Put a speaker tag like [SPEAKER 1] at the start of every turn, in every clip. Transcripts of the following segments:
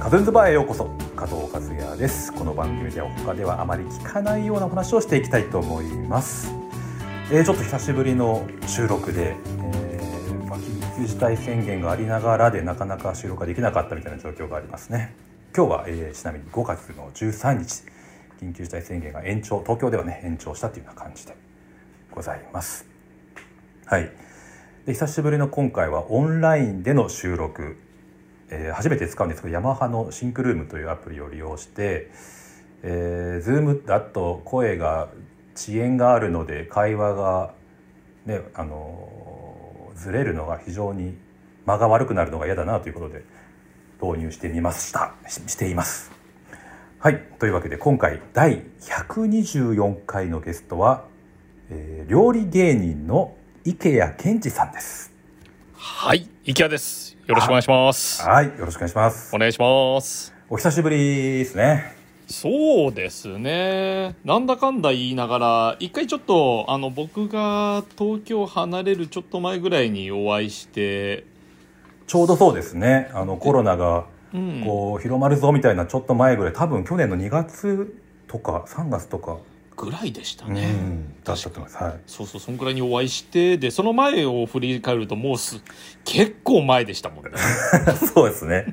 [SPEAKER 1] カズンズバーへようこそ加藤和也ですこの番組では他ではあまり聞かないようなお話をしていきたいと思います、えーちょっと久しぶりの収録で、えーまあ緊急事態宣言がありながらでなかなか収録ができなかったみたいな状況がありますね今日は、えーちなみに5月の13日緊急事態宣言が延長東京ではね延長したというような感じでございますはいで久しぶりの今回はオンラインでの収録、えー初めて使うんですけどヤマハのシンクルームというアプリを利用して、えー、Zoom だと声が遅延があるので会話が、ね、あのーずれるのが非常に間が悪くなるのが嫌だなということで導入してみましたししています。はいというわけで今回第124回のゲストは、えー料理芸人の池谷健二さんです。
[SPEAKER 2] はい、池谷です。よろしくお願いします。
[SPEAKER 1] はい、よろしくお願いします
[SPEAKER 2] お。願いします。
[SPEAKER 1] お久しぶりですね。
[SPEAKER 2] そうですね。なんだかんだ言いながら、一回ちょっと、あの、僕が東京を離れるちょっと前ぐらいにお会いして、
[SPEAKER 1] ちょうどそうですね。あのコロナが
[SPEAKER 2] うん、
[SPEAKER 1] こう広まるぞみたいなちょっと前ぐらい、多分去年の2月とか3月とか、
[SPEAKER 2] ぐらいでした
[SPEAKER 1] う
[SPEAKER 2] ね。
[SPEAKER 1] ん、だったと思います。はい。
[SPEAKER 2] そうそう、そんくらいにお会いして、で、その前を振り返ると、もうす、結構前でしたもん ね。
[SPEAKER 1] そうですね。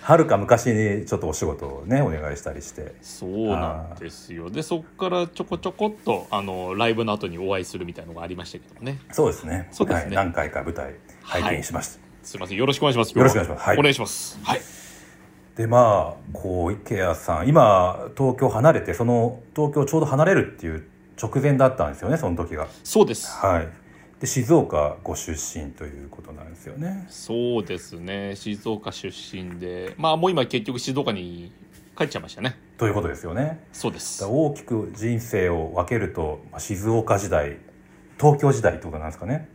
[SPEAKER 1] はるか昔にちょっとお仕事をねお願いしたりして、
[SPEAKER 2] そうなんですよ。で、そこからちょこちょこっと、あの、ライブの後にお会いするみたいのがありましたけどもね。
[SPEAKER 1] そうですね。
[SPEAKER 2] そうですね
[SPEAKER 1] はい、何回か舞台拝見しました。
[SPEAKER 2] すいません、よろしくお願いします。
[SPEAKER 1] よろしくお願いしますはい
[SPEAKER 2] お願いします。はい。
[SPEAKER 1] でまあこう池谷さん今東京離れてその東京ちょうど離れるっていう直前だったんですよねその時が。
[SPEAKER 2] そうです。
[SPEAKER 1] はい。で静岡ご出身ということなんですよね。
[SPEAKER 2] そうですね。静岡出身で、まあもう今結局静岡に帰っちゃいましたね。
[SPEAKER 1] ということですよね。
[SPEAKER 2] そうで
[SPEAKER 1] だ
[SPEAKER 2] す
[SPEAKER 1] から。大きく人生を分けると、まあ、静岡時代東京時代ってことなんですかね。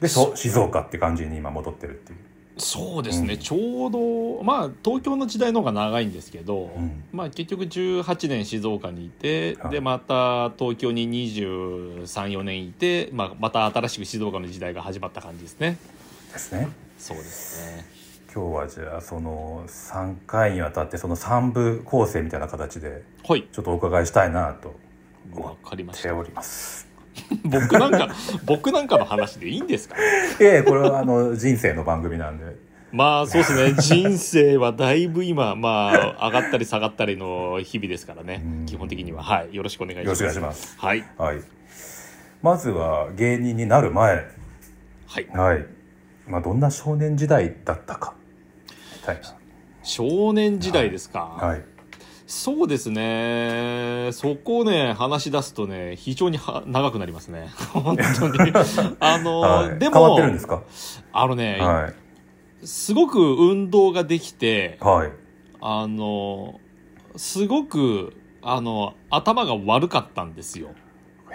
[SPEAKER 1] でそう静岡って感じに今戻ってるっていう。
[SPEAKER 2] そうですね。
[SPEAKER 1] うん
[SPEAKER 2] ちょうどまあ東京の時代の方が長いんですけど、
[SPEAKER 1] うん
[SPEAKER 2] まあ結局18年静岡にいて、
[SPEAKER 1] はい
[SPEAKER 2] でまた東京に23、4年いて、まあまた新しく静岡の時代が始まった感じですね。
[SPEAKER 1] ですね。
[SPEAKER 2] そうですね。
[SPEAKER 1] 今日はじゃあその3回にわたってその3部構成みたいな形で
[SPEAKER 2] はい、
[SPEAKER 1] ちょっとお伺いしたいなと
[SPEAKER 2] わかりま
[SPEAKER 1] し
[SPEAKER 2] してた。
[SPEAKER 1] おります。
[SPEAKER 2] 僕なんか、僕なんかの話でいいんですか
[SPEAKER 1] ええこれはあの人生の番組なんで。
[SPEAKER 2] まあそうです ね人生はだいぶ今まあ上がったり下がったりの日々ですから
[SPEAKER 1] う
[SPEAKER 2] ね
[SPEAKER 1] ん
[SPEAKER 2] 基本的にははいよろしくお願いし
[SPEAKER 1] よろ
[SPEAKER 2] ま
[SPEAKER 1] し
[SPEAKER 2] す
[SPEAKER 1] くお願いします。
[SPEAKER 2] はい
[SPEAKER 1] はい。まずは芸人になる前、
[SPEAKER 2] はい
[SPEAKER 1] はい。まあどんな少年時代だったか。みたい
[SPEAKER 2] 少年時代ですか、
[SPEAKER 1] な。はい。
[SPEAKER 2] そうですねそこをね話し出すとね非常には長くなりますね 本当に あの、
[SPEAKER 1] はい、
[SPEAKER 2] で
[SPEAKER 1] 変わってるん
[SPEAKER 2] も
[SPEAKER 1] ですか。
[SPEAKER 2] あのね、
[SPEAKER 1] はい。
[SPEAKER 2] すごく運動ができて
[SPEAKER 1] はい。
[SPEAKER 2] あのすごくあの頭が悪かったんですよ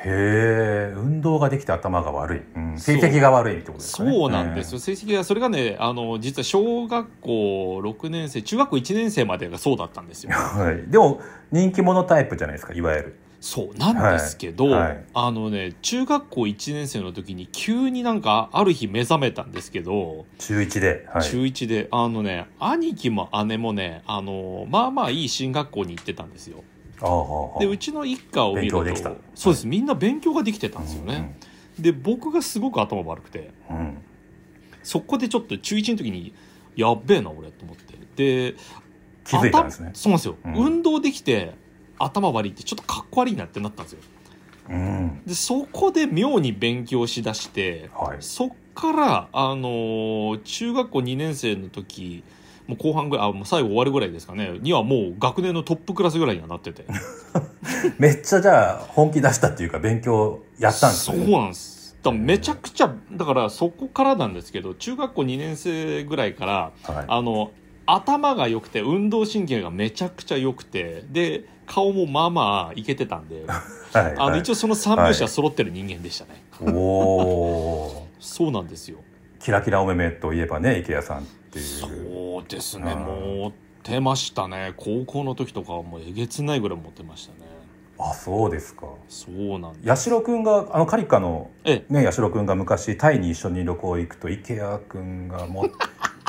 [SPEAKER 1] へえ、運動ができて頭が悪い。うん、
[SPEAKER 2] そ
[SPEAKER 1] 成
[SPEAKER 2] う
[SPEAKER 1] 績が悪いってことですかね。
[SPEAKER 2] そうなんですよ、成績がそれがねあの実は小学校6年生中学校1年生までがそうだったんですよ
[SPEAKER 1] うん。はい。でも人気者タイプじゃないですか、いわゆる。
[SPEAKER 2] そうなんですけど、
[SPEAKER 1] はいはい
[SPEAKER 2] あのね中学校1年生の時に急になんかある日目覚めたんですけど、
[SPEAKER 1] 中一で。はい。
[SPEAKER 2] 中1であのね兄貴も姉もねあのまあまあいい進学校に行ってたんですよ
[SPEAKER 1] ああ、はあ
[SPEAKER 2] でうちの一家を見ると
[SPEAKER 1] 勉強できた
[SPEAKER 2] そうですみんな勉強ができてたんですよね、。で僕がすごく頭悪くて
[SPEAKER 1] うんうん。うん
[SPEAKER 2] そこでちょっと中1の時にやっべえな俺と思ってで
[SPEAKER 1] 気づいたんですね
[SPEAKER 2] 頭。そうなんですよ、
[SPEAKER 1] うん
[SPEAKER 2] 運動できて頭悪いってちょっとかっこ悪いなってなったんですよ
[SPEAKER 1] うん。
[SPEAKER 2] でそこで妙に勉強しだして
[SPEAKER 1] はい。
[SPEAKER 2] そっから、あのー中学校2年生の時もう後半ぐらいあもう最後終わるぐらいですかねにはもう学年のトップクラスぐらいにはなってて
[SPEAKER 1] めっちゃじゃあ本気出したっていうか勉強やったんです
[SPEAKER 2] そう
[SPEAKER 1] ね。
[SPEAKER 2] なんですだからめちゃくちゃだからそこからなんですけど中学校2年生ぐらいから
[SPEAKER 1] はい。
[SPEAKER 2] あの頭が良くて運動神経がめちゃくちゃ良くてで顔もまあまあいけてたん
[SPEAKER 1] は
[SPEAKER 2] で
[SPEAKER 1] い
[SPEAKER 2] あ
[SPEAKER 1] は
[SPEAKER 2] の
[SPEAKER 1] い
[SPEAKER 2] 一応その三拍子は揃ってる人間でしたね、
[SPEAKER 1] おー
[SPEAKER 2] そうなんですよ
[SPEAKER 1] キラキラお目目といえばね池谷さんっていう
[SPEAKER 2] そうです
[SPEAKER 1] あ
[SPEAKER 2] ね
[SPEAKER 1] ー
[SPEAKER 2] 持ってましたね高校の時とかはもうえげつないぐらい持ってましたね
[SPEAKER 1] あそうですか
[SPEAKER 2] そうなんです
[SPEAKER 1] 八代くんがあのカリカの
[SPEAKER 2] え
[SPEAKER 1] ね八代くんが昔タイに一緒に旅行 行くと池谷くんがもう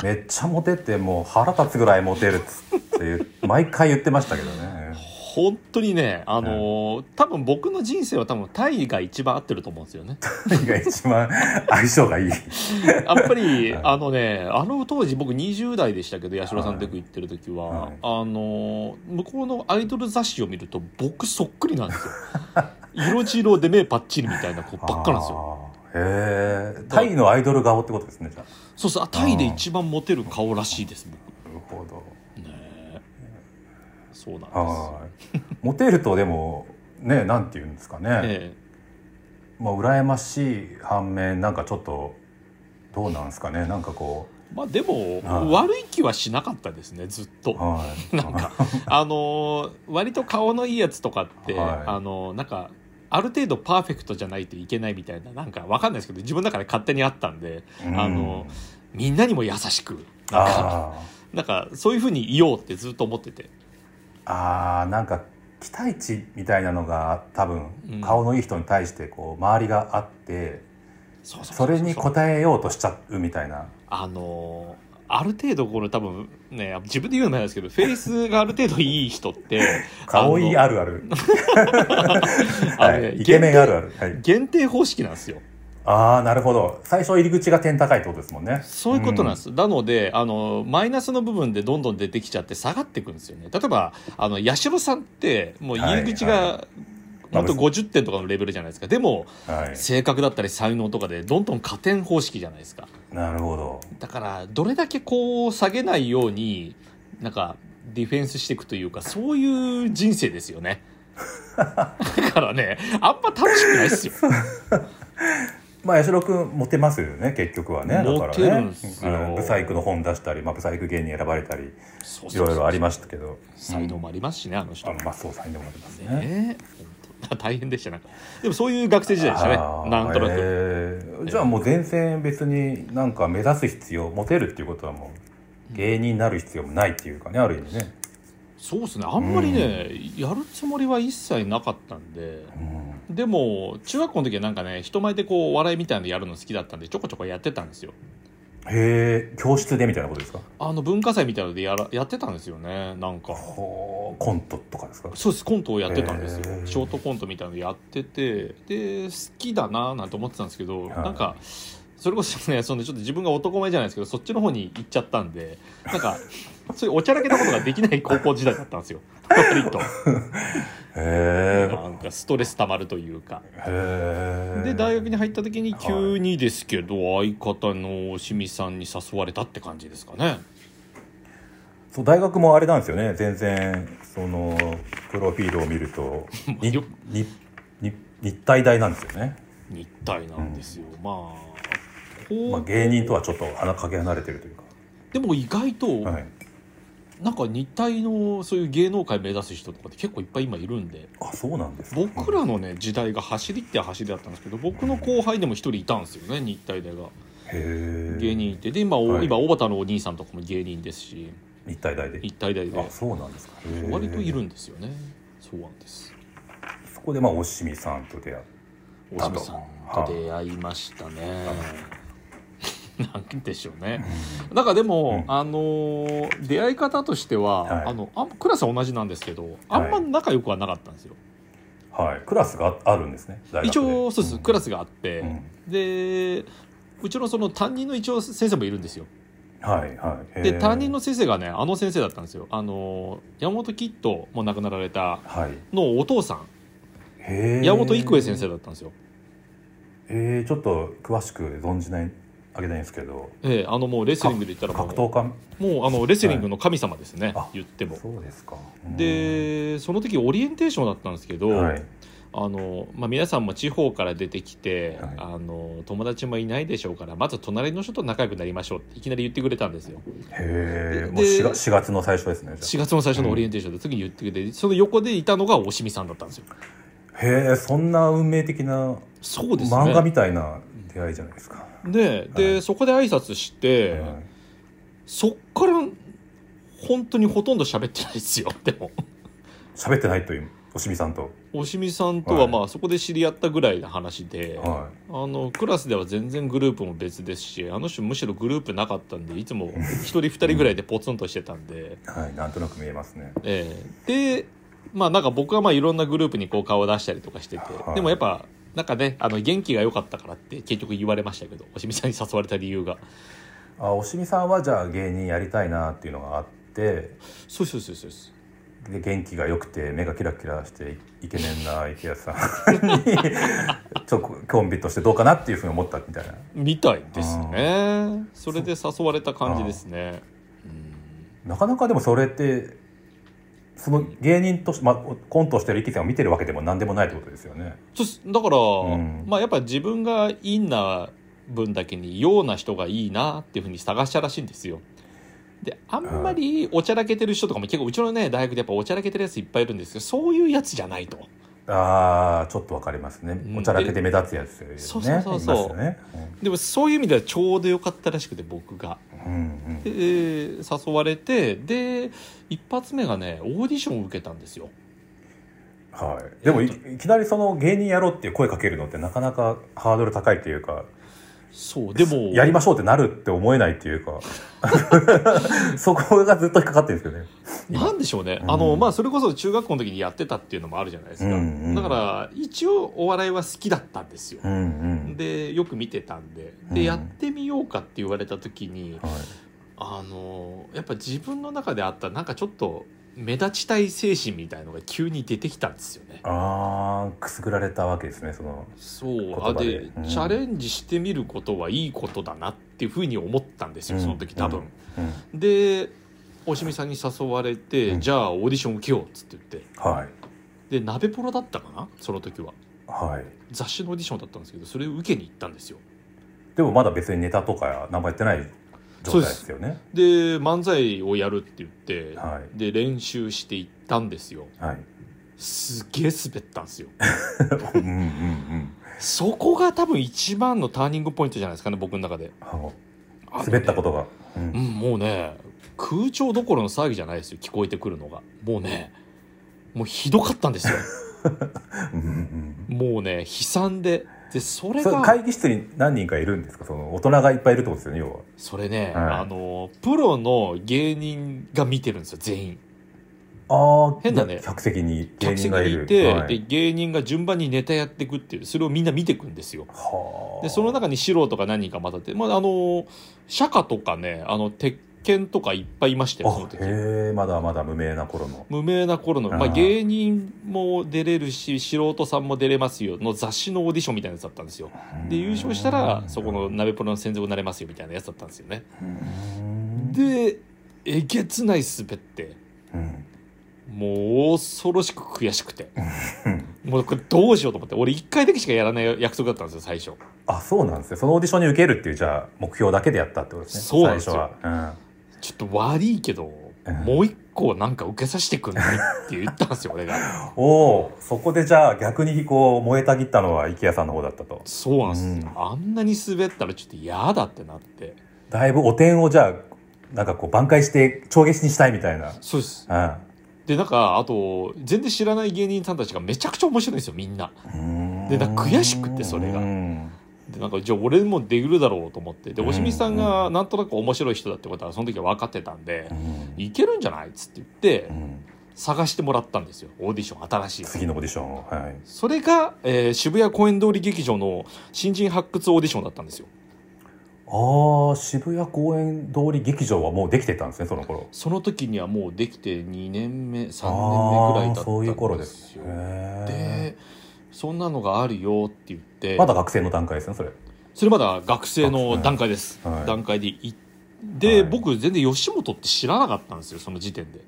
[SPEAKER 1] めっちゃモテてもう腹立つぐらいモテるっつってって毎回言ってましたけどね。
[SPEAKER 2] 本当にね、あのー多分僕の人生は多分タイが一番合ってると思うんです よね。
[SPEAKER 1] 何が一番相性がいい。
[SPEAKER 2] やっぱり、
[SPEAKER 1] はい
[SPEAKER 2] あのね、あの当時僕20代でしたけど、八代さんとよく行ってる時は、
[SPEAKER 1] はい
[SPEAKER 2] あの、向こうのアイドル雑誌を見ると僕そっくりなんですよ。 色白で目パッチリみたいな子ばっかなんですよ。
[SPEAKER 1] あー。へえ。タイのアイドル顔ってことですね。じゃあ
[SPEAKER 2] そうそう、あタイで一番モテる顔らしいです、僕。
[SPEAKER 1] なるほど。
[SPEAKER 2] ねえそうなんですよ。
[SPEAKER 1] はい。モテるとでもねなんていうんですかね。
[SPEAKER 2] え
[SPEAKER 1] まあ羨ましい反面なんかちょっとどうなんですかね。なんかこう。
[SPEAKER 2] えまあでも、
[SPEAKER 1] は
[SPEAKER 2] 悪い気はしなかったですね、ずっと。
[SPEAKER 1] はい。
[SPEAKER 2] なんかあのー割と顔のいいやつとかって、
[SPEAKER 1] はい
[SPEAKER 2] あのーなんかある程度パーフェクトじゃないといけないみたいななんかわかんないですけど自分の中で勝手にあったんで、
[SPEAKER 1] うん
[SPEAKER 2] あのみんなにも優しくなん
[SPEAKER 1] あ
[SPEAKER 2] か
[SPEAKER 1] あ。
[SPEAKER 2] なんかそういうふうにいようってずっと思ってて
[SPEAKER 1] あーなんか期待値みたいなのが多
[SPEAKER 2] うん
[SPEAKER 1] 分顔のいい人に対してこう周りがあって
[SPEAKER 2] そうそ
[SPEAKER 1] そ
[SPEAKER 2] う
[SPEAKER 1] れに応えようとしちゃうみたいな
[SPEAKER 2] あのーある程度これ多分ね自分で言うのもなんですけどフェイスがある程度いい人って
[SPEAKER 1] 顔いい
[SPEAKER 2] あ
[SPEAKER 1] あるあ る、
[SPEAKER 2] のあ
[SPEAKER 1] は
[SPEAKER 2] のね
[SPEAKER 1] い、イケメンあるある、はい、
[SPEAKER 2] 限定方式なんですよ
[SPEAKER 1] ああなるほど最初入り口が点高いってことですもんね
[SPEAKER 2] そういうことなんです。なので、あの、マイナスの部分でどんどん出てきちゃって下がっていくんですよね。例えば、あの、八代さんって、もう入り口
[SPEAKER 1] はい
[SPEAKER 2] が、本当
[SPEAKER 1] ま
[SPEAKER 2] 50点とかのレベルじゃないですか。でも、
[SPEAKER 1] うんはい、
[SPEAKER 2] 性格だったり才能とかで、どんどん加点方式じゃないですか。
[SPEAKER 1] なるほど
[SPEAKER 2] だから、どれだけこう、下げないように、なんか、ディフェンスしていくというか、そういう人生ですよね。だからね、あんま楽しくないですよ。
[SPEAKER 1] まあ八代君モテますよね結局はねだからね
[SPEAKER 2] モテるんすよ
[SPEAKER 1] うんブサイクの本出したり、まあ、ブサイク芸人選ばれたり
[SPEAKER 2] そう
[SPEAKER 1] い
[SPEAKER 2] そ
[SPEAKER 1] ろ
[SPEAKER 2] うそ
[SPEAKER 1] いうろありましたけど
[SPEAKER 2] 才能もありますしね、あの人
[SPEAKER 1] あ。まあそう才能もありますね
[SPEAKER 2] ねえ 大変でしたなんかでもそういう学生時代でしたね
[SPEAKER 1] あー
[SPEAKER 2] なんとなく、
[SPEAKER 1] えーじゃあもう全然別になんか目指す必要モテるっていうことはもう芸人になる必要もないっていうかねある意味ね、
[SPEAKER 2] そうですねあんまりね、やるつもりは一切なかったんで
[SPEAKER 1] うん
[SPEAKER 2] でも中学校の時はなんかね人前でこうお笑いみたいなのやるの好きだったんでちょこちょこやってたんですよ
[SPEAKER 1] へえ教室でみたいなことですか
[SPEAKER 2] あの文化祭みたいなのでやらやってたんですよねなんか
[SPEAKER 1] ほうコントとかですか
[SPEAKER 2] そうですコントをやってたんですよ
[SPEAKER 1] へー
[SPEAKER 2] ショートコントみたいなのやっててで好きだなーなんて思ってたんですけど、
[SPEAKER 1] はい
[SPEAKER 2] なんかそれこそねそのちょっと自分が男前じゃないですけどそっちの方に行っちゃったんでなんかそういうおちゃらけたことができない高校時代だったんですよ割と
[SPEAKER 1] へえ
[SPEAKER 2] なんかストレスたまるというか
[SPEAKER 1] へえ
[SPEAKER 2] で大学に入った時に急にですけど、相方の清水さんに誘われたって感じですかね
[SPEAKER 1] そう大学もあれなんですよね全然そのプロフィールを見る とに
[SPEAKER 2] よ
[SPEAKER 1] にに日体大なんですよね、
[SPEAKER 2] 日体なんですよ、まあ
[SPEAKER 1] まあ、芸人とはちょっと鼻かけ離れてるという
[SPEAKER 2] でも意外と、
[SPEAKER 1] か、はい、
[SPEAKER 2] なんか日体のそういう芸能界目指す人とかって結構いっぱい今いるんで
[SPEAKER 1] あそうなんですか
[SPEAKER 2] 僕らのね時代が走りって走りだったんですけど僕の後輩でも一人いたんですよね日体大が
[SPEAKER 1] へえ
[SPEAKER 2] 芸人いてで今、お
[SPEAKER 1] はい
[SPEAKER 2] 今小畑のお兄さんとかも芸人ですし
[SPEAKER 1] 日体大で
[SPEAKER 2] 日体大
[SPEAKER 1] あ
[SPEAKER 2] で
[SPEAKER 1] そうなんですか
[SPEAKER 2] 割とい
[SPEAKER 1] へ
[SPEAKER 2] るんですよねそうなんです
[SPEAKER 1] えそこでまあおしみさんと出会って
[SPEAKER 2] 大島さんと出会いましたね なんでしょうねなんかでも、
[SPEAKER 1] うん
[SPEAKER 2] あのー出会い方としては、
[SPEAKER 1] はい
[SPEAKER 2] あのあんクラスは同じなんですけどあんま仲良くはなかったんですよ、
[SPEAKER 1] はいクラスがああるんですね大学で
[SPEAKER 2] 一応そうです、
[SPEAKER 1] ん
[SPEAKER 2] クラスがあって、
[SPEAKER 1] うん
[SPEAKER 2] でうちのその担任の一応先生もいるんですよ
[SPEAKER 1] はいはい
[SPEAKER 2] で担任
[SPEAKER 1] の
[SPEAKER 2] の先生がねあの先生だったんですよあの山本キッドもう亡くなられた
[SPEAKER 1] はい
[SPEAKER 2] のお父さん
[SPEAKER 1] へえ
[SPEAKER 2] 山本育英先生だったんですよ、
[SPEAKER 1] ええちょっと詳しく存じないあげないんですけど
[SPEAKER 2] ええあのもうレスリングで言ったらも
[SPEAKER 1] 格
[SPEAKER 2] う
[SPEAKER 1] 闘家
[SPEAKER 2] もうあのレスリングの神様ですね、
[SPEAKER 1] はいあ
[SPEAKER 2] 言っても
[SPEAKER 1] そうですかうん
[SPEAKER 2] でその時オリエンテーションだったんですけど、
[SPEAKER 1] はい
[SPEAKER 2] あのまあ、皆さんも地方から出てきて、
[SPEAKER 1] はい
[SPEAKER 2] あの友達もいないでしょうからまず隣の人と仲良くなりましょうっていきなり言ってくれたんですよ
[SPEAKER 1] へえ
[SPEAKER 2] で
[SPEAKER 1] もう四月四月の最初ですねじ
[SPEAKER 2] 4月の最初のオリエンテーションで次言ってくれて、その横でいたのがおしみさんだったんですよ
[SPEAKER 1] ゃあへえそんな運命的な
[SPEAKER 2] そうですね
[SPEAKER 1] 漫画みたいな出会いじゃないですか
[SPEAKER 2] でで、
[SPEAKER 1] はい
[SPEAKER 2] そこで挨拶して、
[SPEAKER 1] はい
[SPEAKER 2] そっから本当にほとんど喋ってないですよでも
[SPEAKER 1] 喋ってないというおしみさんと。
[SPEAKER 2] おしみさんと
[SPEAKER 1] は
[SPEAKER 2] はいまあそこで知り合ったぐらいの話で、
[SPEAKER 1] は
[SPEAKER 2] あのクラスでは全然グループも別ですしあの人むしろグループなかったんでいつも1人2人ぐらいでポツンとしてたんで、
[SPEAKER 1] い。はい。なんとなく見えますね。
[SPEAKER 2] ええでまあなんか僕はまあいろんなグループにこう顔を出したりとかしてて、
[SPEAKER 1] はい
[SPEAKER 2] でもやっぱなんかねあの元気が良かったからって結局言われましたけどおしみさんに誘われた理由が
[SPEAKER 1] あ、おしみさんはじゃあ芸人やりたいなっていうのがあって、
[SPEAKER 2] そうそうそうそうそう
[SPEAKER 1] で元気が良くて目がキラキラしてイケメンな池谷さん にちょっとコンビとしてどうかなっていうふうに思ったみたいな
[SPEAKER 2] みたいですねそれで誘われた感じですね
[SPEAKER 1] なかなかでもそれってその芸人として、まあ、コントしてる池谷さんを見てるわけでも何でもないってことですよね。
[SPEAKER 2] そうっすだから、
[SPEAKER 1] ん
[SPEAKER 2] まあやっぱ自分がインな分だけにような人がいいなっていうふうに探したらしいんですよであんまりおちゃらけてる人とかも結構うちのね大学でやっぱおちゃらけてるやついっぱいいるんですけどそういうやつじゃないと
[SPEAKER 1] あーちょっとわかりますね、
[SPEAKER 2] ん
[SPEAKER 1] おちゃらけで目立つやつよね
[SPEAKER 2] そうそうそうそう
[SPEAKER 1] いますよね
[SPEAKER 2] でもそういう意味ではちょうどよかったらしくて僕が
[SPEAKER 1] うんうん
[SPEAKER 2] で誘われてで一発目がねオーディションを受けたんですよ
[SPEAKER 1] はい、でもいいきなりその芸人やろうっていう声かけるのってなかなかハードル高いというか
[SPEAKER 2] そうでも
[SPEAKER 1] やりましょうってなるって思えないっていうか そこがずっと引っかかってるんですよね。
[SPEAKER 2] なんでしょうね、
[SPEAKER 1] うん
[SPEAKER 2] あのまあそれこそ中学校の時にやってたっていうのもあるじゃないですか、
[SPEAKER 1] うんうん
[SPEAKER 2] だから一応お笑いは好きだったんですよ
[SPEAKER 1] う、ん
[SPEAKER 2] でよく見てたんで
[SPEAKER 1] う
[SPEAKER 2] で
[SPEAKER 1] ん
[SPEAKER 2] やってみようかって言われた時に
[SPEAKER 1] うん、はい
[SPEAKER 2] あのやっぱ自分の中であったなんかちょっと目立ちたい精神みたいのが急に出てきたんですよね
[SPEAKER 1] あーくすぐられたわけですねその
[SPEAKER 2] そう
[SPEAKER 1] 言
[SPEAKER 2] あ
[SPEAKER 1] 葉で
[SPEAKER 2] で、
[SPEAKER 1] うん
[SPEAKER 2] チャレンジしてみることはいいことだなっていうふうに思ったんですよその時多分、、
[SPEAKER 1] うんうん
[SPEAKER 2] でおしみさんに誘われて、
[SPEAKER 1] うん
[SPEAKER 2] じゃあオーディション受けようっつって言って
[SPEAKER 1] はい
[SPEAKER 2] で鍋ポロだったかなその時は
[SPEAKER 1] はい
[SPEAKER 2] 雑誌のオーディションだったんですけどそれを受けに行ったんですよ
[SPEAKER 1] でもまだ別にネタとか何もやってない状態ですよね
[SPEAKER 2] で漫才をやるって言って、
[SPEAKER 1] は
[SPEAKER 2] で練習して行ったんですよ
[SPEAKER 1] いはい
[SPEAKER 2] すげえ滑ったんですよ
[SPEAKER 1] うんうんうん
[SPEAKER 2] そこが多分一番のターニングポイントじゃないですかね僕の中で
[SPEAKER 1] あの滑ったことが、う
[SPEAKER 2] うんんもうね空調どころの騒ぎじゃないですよ聞こえてくるのがもうねもうひどかったんです よ
[SPEAKER 1] うんうん
[SPEAKER 2] もうね悲惨ででそ
[SPEAKER 1] うん
[SPEAKER 2] れ
[SPEAKER 1] それ
[SPEAKER 2] が
[SPEAKER 1] 会議室に何人かいるんですかその大人がいっぱいいるってことですよね要は
[SPEAKER 2] それ
[SPEAKER 1] は
[SPEAKER 2] ね、
[SPEAKER 1] い
[SPEAKER 2] あのプロの芸人が見てるんですよ全員
[SPEAKER 1] ああ
[SPEAKER 2] 変だね
[SPEAKER 1] 客席に芸
[SPEAKER 2] 客
[SPEAKER 1] 人
[SPEAKER 2] 席
[SPEAKER 1] がい
[SPEAKER 2] に
[SPEAKER 1] る
[SPEAKER 2] いて、
[SPEAKER 1] は
[SPEAKER 2] で
[SPEAKER 1] い、
[SPEAKER 2] 芸人が順番にネタやっていくっていうそれをみんな見ていくんですよ
[SPEAKER 1] はー
[SPEAKER 2] でその中に素人が何人か混ざって、まあ、あの釈迦とかねあの鉄拳とかいっぱいいましたよその時
[SPEAKER 1] あへえまだまだ無名な頃の
[SPEAKER 2] 無名な頃の、まあ、
[SPEAKER 1] あー
[SPEAKER 2] 芸人も出れるし素人さんも出れますよの雑誌のオーディションみたいなやつだったんですよで優勝したらそこの鍋プロの専属になれますよみたいなやつだったんですよね
[SPEAKER 1] うん
[SPEAKER 2] でえげつない滑って
[SPEAKER 1] うん
[SPEAKER 2] もう恐ろしく悔しく てもうこれどうしようと思って俺1回だけしかやらない約束だったんですよ最初
[SPEAKER 1] あそうなんですねそのオーディションに受けるっていうじゃあ目標だけでやったってことですね
[SPEAKER 2] そうなんですよ
[SPEAKER 1] 最初は、
[SPEAKER 2] ちょっと悪いけど
[SPEAKER 1] うん
[SPEAKER 2] もう一個なんか受けさせてくんないって言ったんですよ俺が
[SPEAKER 1] うん、おおそこでじゃあ逆にこう燃えたぎったのは池谷さんの方だったと
[SPEAKER 2] そうなんですよ
[SPEAKER 1] う
[SPEAKER 2] あんなに滑ったらちょっと嫌だってなって
[SPEAKER 1] だいぶお点をじゃあなんかこう挽回して帳消しにしたいみたいな、
[SPEAKER 2] そうです
[SPEAKER 1] う、
[SPEAKER 2] でなんかあと全然知らない芸人さんたちがめちゃくちゃ面白いんですよみんなんでなんか悔しくてそれが
[SPEAKER 1] うん
[SPEAKER 2] でなんかじゃあ俺もできるだろうと思ってで
[SPEAKER 1] うん
[SPEAKER 2] おしみさんがなんとなく面白い人だってことはその時は分かってたんで
[SPEAKER 1] うん
[SPEAKER 2] いけるんじゃないっつって言って
[SPEAKER 1] うん
[SPEAKER 2] 探してもらったんですよオーディション新しい
[SPEAKER 1] 次のオーディションをはい
[SPEAKER 2] それが、えー渋谷公園通り劇場の新人発掘オーディションだったんですよ
[SPEAKER 1] ああ渋谷公園通り劇場はもうできてたんですねその頃
[SPEAKER 2] その時にはもうできて2年目3年目ぐらいだ
[SPEAKER 1] あ
[SPEAKER 2] ったんです
[SPEAKER 1] あ
[SPEAKER 2] よ
[SPEAKER 1] そういう頃ですね
[SPEAKER 2] でそんなのがあるよって言って
[SPEAKER 1] まだ学生の段階ですねそれ
[SPEAKER 2] それまだ学生の段階です、
[SPEAKER 1] はい
[SPEAKER 2] 段階で行ってで、
[SPEAKER 1] はい
[SPEAKER 2] 僕全然吉本って知らなかったんですよその時点で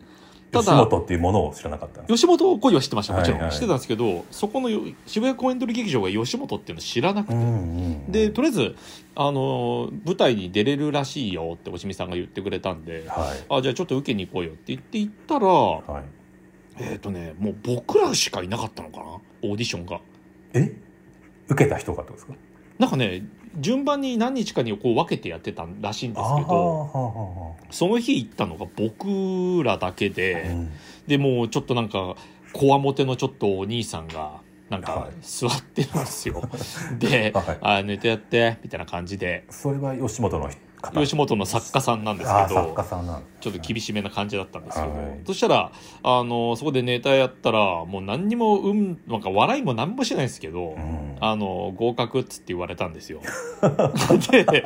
[SPEAKER 2] た
[SPEAKER 1] 吉
[SPEAKER 2] だ
[SPEAKER 1] 本っていうものを知らなかったんです
[SPEAKER 2] 吉本恋は知ってましたもちろん、
[SPEAKER 1] はいはい
[SPEAKER 2] 知ってたんですけどそこのよ渋谷公園通り劇場が吉本っていうの知らなくて、
[SPEAKER 1] ん
[SPEAKER 2] でとりあえずあの舞台に出れるらしいよっておしみさんが言ってくれたんで
[SPEAKER 1] は
[SPEAKER 2] あじゃあちょっと受けに行こうよって言って行ったら
[SPEAKER 1] いはい
[SPEAKER 2] えっ、とねもう僕らしかいなかったのかなオーディションが
[SPEAKER 1] え受けた人がってことですか
[SPEAKER 2] なんかね順番に何日かにこう分けてやってたらしいんですけ
[SPEAKER 1] あー
[SPEAKER 2] ど
[SPEAKER 1] はあは
[SPEAKER 2] その日行ったのが僕らだけ
[SPEAKER 1] あはあ
[SPEAKER 2] で、
[SPEAKER 1] うん
[SPEAKER 2] でもうちょっとなんかこわもてのちょっとお兄さんがなん
[SPEAKER 1] は
[SPEAKER 2] か
[SPEAKER 1] い
[SPEAKER 2] 座ってるんで すよ、で、
[SPEAKER 1] はい
[SPEAKER 2] あ寝てやってみたいな感じで
[SPEAKER 1] それは吉本の方
[SPEAKER 2] 吉本の作家さんなんです
[SPEAKER 1] ああ
[SPEAKER 2] け
[SPEAKER 1] 作
[SPEAKER 2] ど
[SPEAKER 1] 家さんなん
[SPEAKER 2] ちょっと厳しめな感じだったんですけど、
[SPEAKER 1] はい
[SPEAKER 2] そしたらあのそこでネタやったらもう何にも、うん、なんか笑いも何もしないんですけど、
[SPEAKER 1] うん
[SPEAKER 2] あの合格っつって言われた んですよ。で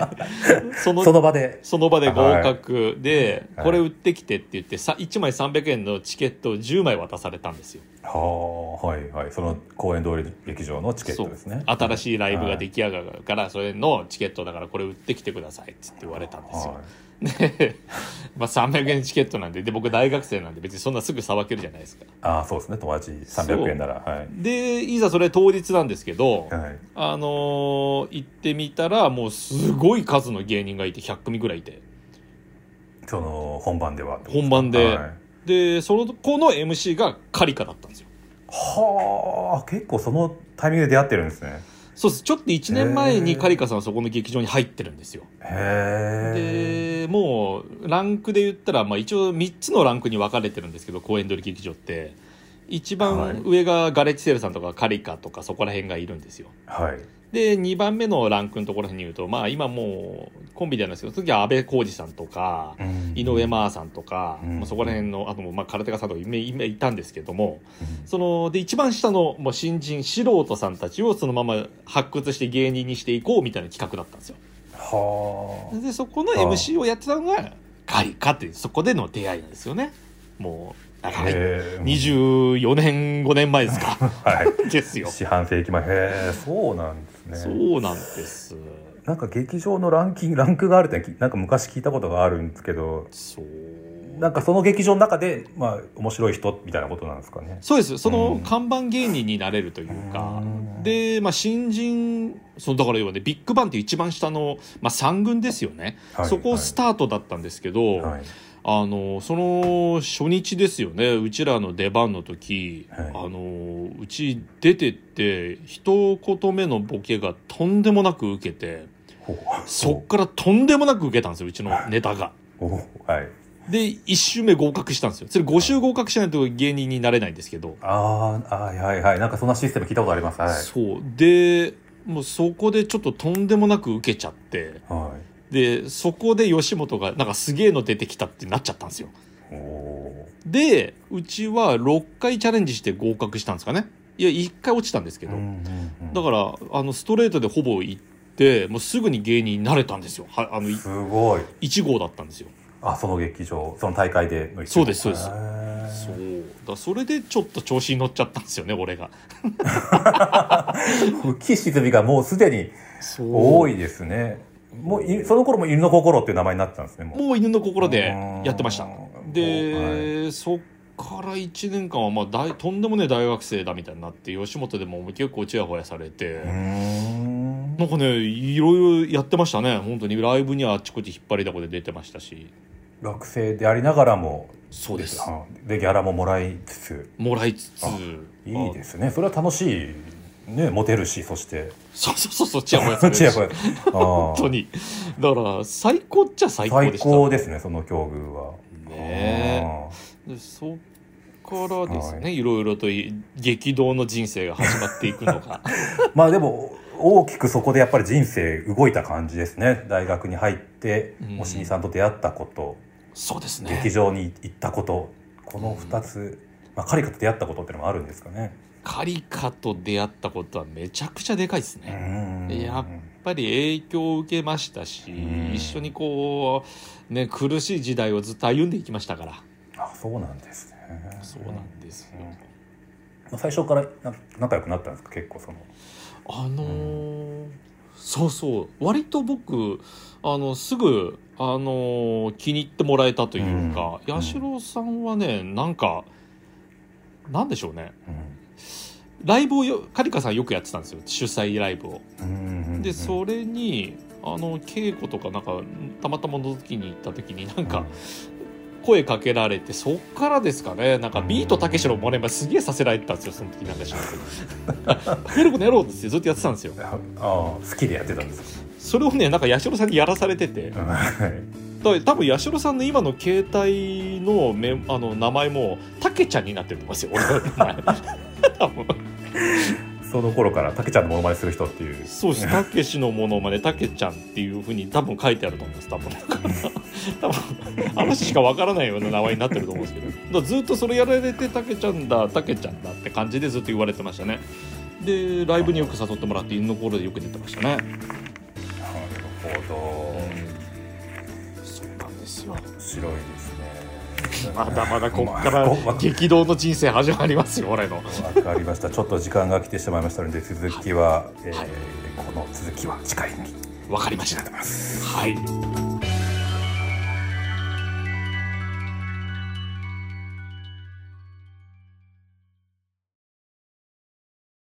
[SPEAKER 2] その
[SPEAKER 1] その場で
[SPEAKER 2] その場で合格で、
[SPEAKER 1] はい
[SPEAKER 2] これ売ってきてって言ってさ1枚300円のチケットを10枚渡されたんですよ
[SPEAKER 1] はあはいはいその公演通り劇場のチケットですね
[SPEAKER 2] そう新しいライブが出来上がるから、それのチケットだからこれ売ってきてくださいっつって言われたんですよ、
[SPEAKER 1] は
[SPEAKER 2] で、 まあ、300円チケットなんでで僕大学生なんで別にそんなすぐさばけるじゃないですか
[SPEAKER 1] いああそうですね友達300円ならはい
[SPEAKER 2] でいざそれ当日なんですけど、
[SPEAKER 1] はい
[SPEAKER 2] あのー行ってみたらもうすごい数の芸人がいて100組ぐらいいて
[SPEAKER 1] その本番ではってことす
[SPEAKER 2] 本番で、
[SPEAKER 1] はい
[SPEAKER 2] でその子の MC がカリカだったんですよ
[SPEAKER 1] はあ結構そのタイミングで出会ってるんですね
[SPEAKER 2] そうですちょっと1年前
[SPEAKER 1] へ
[SPEAKER 2] に
[SPEAKER 1] ー
[SPEAKER 2] カリカさんはそこの劇場に入ってるんですよ
[SPEAKER 1] へえ
[SPEAKER 2] でもうランクで言ったら、まあ、一応3つのランクに分かれてるんですけど公演取り劇場って一
[SPEAKER 1] はい
[SPEAKER 2] 番上がガレッジセールさんとかカリカとかそこら辺がいるんですよ
[SPEAKER 1] はい
[SPEAKER 2] で2番目のランクのところに言うとまあ今もうコンビではないですけどその時は安倍浩二さんとか
[SPEAKER 1] うん
[SPEAKER 2] 井上真央さんとか、
[SPEAKER 1] うん
[SPEAKER 2] まあ、そこら辺のあともまあ空手家さんとか今今いたんですけども、
[SPEAKER 1] うん
[SPEAKER 2] そので一番下のもう新人素人さんたちをそのまま発掘して芸人にしていこうみたいな企画だったんですよ
[SPEAKER 1] はあ
[SPEAKER 2] でそこの MC をやってたのがカリカっていうそこでの出会いなんですよねもうだから
[SPEAKER 1] へえ
[SPEAKER 2] 24年5年前ですか
[SPEAKER 1] はい
[SPEAKER 2] ですよ
[SPEAKER 1] 四半世紀前へえそうなんですね
[SPEAKER 2] そうなんです
[SPEAKER 1] なんか劇場のランキングランクがあるってなんか昔聞いたことがあるんですけど
[SPEAKER 2] そう
[SPEAKER 1] なんかその劇場の中でまあ面白い人みたいなことなんですかね
[SPEAKER 2] そうですその
[SPEAKER 1] うん
[SPEAKER 2] 看板芸人になれるというか、
[SPEAKER 1] うん
[SPEAKER 2] で、まあ、新人そのだから要はねビッグバンって一番下の、まあ、3軍ですよね、
[SPEAKER 1] はい
[SPEAKER 2] そこスタートだったんですけど、
[SPEAKER 1] はい
[SPEAKER 2] あのその初日ですよねうちらの出番の時、
[SPEAKER 1] はい
[SPEAKER 2] あのうち出てって一言目のボケがとんでもなく受けて
[SPEAKER 1] ほう
[SPEAKER 2] そっからとんでもなく受けたんですようちのネタが。
[SPEAKER 1] おはい
[SPEAKER 2] で1周目合格したんですよそれ5周合格しないと芸人になれないんですけど、
[SPEAKER 1] あーはいはいはいなんかそんなシステム聞いたことありますはい
[SPEAKER 2] そうでもうそこでちょっととんでもなく受けちゃって
[SPEAKER 1] は
[SPEAKER 2] でそこで吉本がなんかすげえの出てきたってなっちゃったんですよ。
[SPEAKER 1] いお
[SPEAKER 2] でうちは6回チャレンジして合格したんですかねいや1回落ちたんですけど、
[SPEAKER 1] ら
[SPEAKER 2] だからあのストレートでほぼ行ってもうすぐに芸人になれたんですよはあのい
[SPEAKER 1] すごい
[SPEAKER 2] 1号だったんですよ
[SPEAKER 1] あその劇場その大会での一部
[SPEAKER 2] そうですそうです
[SPEAKER 1] へー
[SPEAKER 2] そうだからそれでちょっと調子に乗っちゃったんですよね俺が
[SPEAKER 1] 浮き沈みがもうすでに
[SPEAKER 2] そう
[SPEAKER 1] 多いですねもういその頃も「犬の心」っていう名前になってたんですねもう
[SPEAKER 2] もう犬の心でやってました
[SPEAKER 1] うん
[SPEAKER 2] で、そっから1年間はまあ大とんでもねえ大学生だみたいになって吉本でも結構ちやほやされて、
[SPEAKER 1] うーん
[SPEAKER 2] なんかねいろいろやってましたね本当にライブにはあっちこっち引っ張りだこで出てましたし
[SPEAKER 1] 学生でありながらも
[SPEAKER 2] そうです
[SPEAKER 1] うんでギャラももらいつつ
[SPEAKER 2] もらいつつ
[SPEAKER 1] いいですねそれは楽しいねモテるしそして
[SPEAKER 2] あそうそうそうそうちやほやされ る
[SPEAKER 1] ちやほやあー
[SPEAKER 2] 本当にだから最高っちゃ最高で
[SPEAKER 1] 最
[SPEAKER 2] した
[SPEAKER 1] 高ですねその境遇は
[SPEAKER 2] ねえでそっからですね、い、ろいろとい激動の人生が始まっていく のが
[SPEAKER 1] うんまあでも大きくそこでやっぱり人生動いた感じですね大学に入って
[SPEAKER 2] うん
[SPEAKER 1] おしみさんと出会ったこと、
[SPEAKER 2] そうです
[SPEAKER 1] 劇
[SPEAKER 2] ね
[SPEAKER 1] 場に行ったことこの2つ、まあ、カリカと出会ったことってのもあるんですかね。
[SPEAKER 2] カリカと出会ったことはめちゃくちゃでかいですね、やっ
[SPEAKER 1] うん
[SPEAKER 2] やっぱり影響を受けましたし、
[SPEAKER 1] うん
[SPEAKER 2] 一緒にこうね苦しい時代をずっと歩んでいきましたから
[SPEAKER 1] あそうなんですね。
[SPEAKER 2] そうなんですよ、
[SPEAKER 1] うんまあ最初からな仲良くなったんですか結構その。
[SPEAKER 2] あのーそうそう割と僕あのすぐ、あのー気に入ってもらえたというか、
[SPEAKER 1] うん
[SPEAKER 2] 八代さんはねなんかなんでしょうね
[SPEAKER 1] うん
[SPEAKER 2] ライブをよカリカさんよくやってたんですよ主催ライブを。
[SPEAKER 1] うんうんうん
[SPEAKER 2] でそれにあの稽古とかなんかたまたまの時に行った時になんか声かけられてそっからですかねなんかビートたけしのモネマすげえさせられてたんですよその時なんかしらんけどやることやろうっつってずっとやってたんですよ。
[SPEAKER 1] ああ好きでやってたんです
[SPEAKER 2] それをねなんか八代さんにやらされててだ
[SPEAKER 1] か。はい
[SPEAKER 2] から多分八代さんの今の携帯のめあの名前もたけちゃんになってると思いますよ俺の名前多分
[SPEAKER 1] その頃からたけちゃんのモノマネする人っていう
[SPEAKER 2] そうですたけしのものまねたけちゃんっていうふうに多分書いてあると思うんです多分多分あの人しかわからないような名前になってると思うんですけどだからずっとそれやられてたけちゃんだたけちゃんだって感じでずっと言われてましたねでライブによく誘ってもらって犬の頃でよく出てました
[SPEAKER 1] な
[SPEAKER 2] ね
[SPEAKER 1] るほど
[SPEAKER 2] そうなんですよ
[SPEAKER 1] 面白いですね
[SPEAKER 2] まだまだこっか
[SPEAKER 1] まあ
[SPEAKER 2] ら
[SPEAKER 1] こわ
[SPEAKER 2] 激動の人生始まりますよ俺の
[SPEAKER 1] わかりましたちょっと時間が来てしまいましたので続きは、えー
[SPEAKER 2] はい
[SPEAKER 1] この続きは次回に
[SPEAKER 2] わかりました
[SPEAKER 1] ます
[SPEAKER 2] はい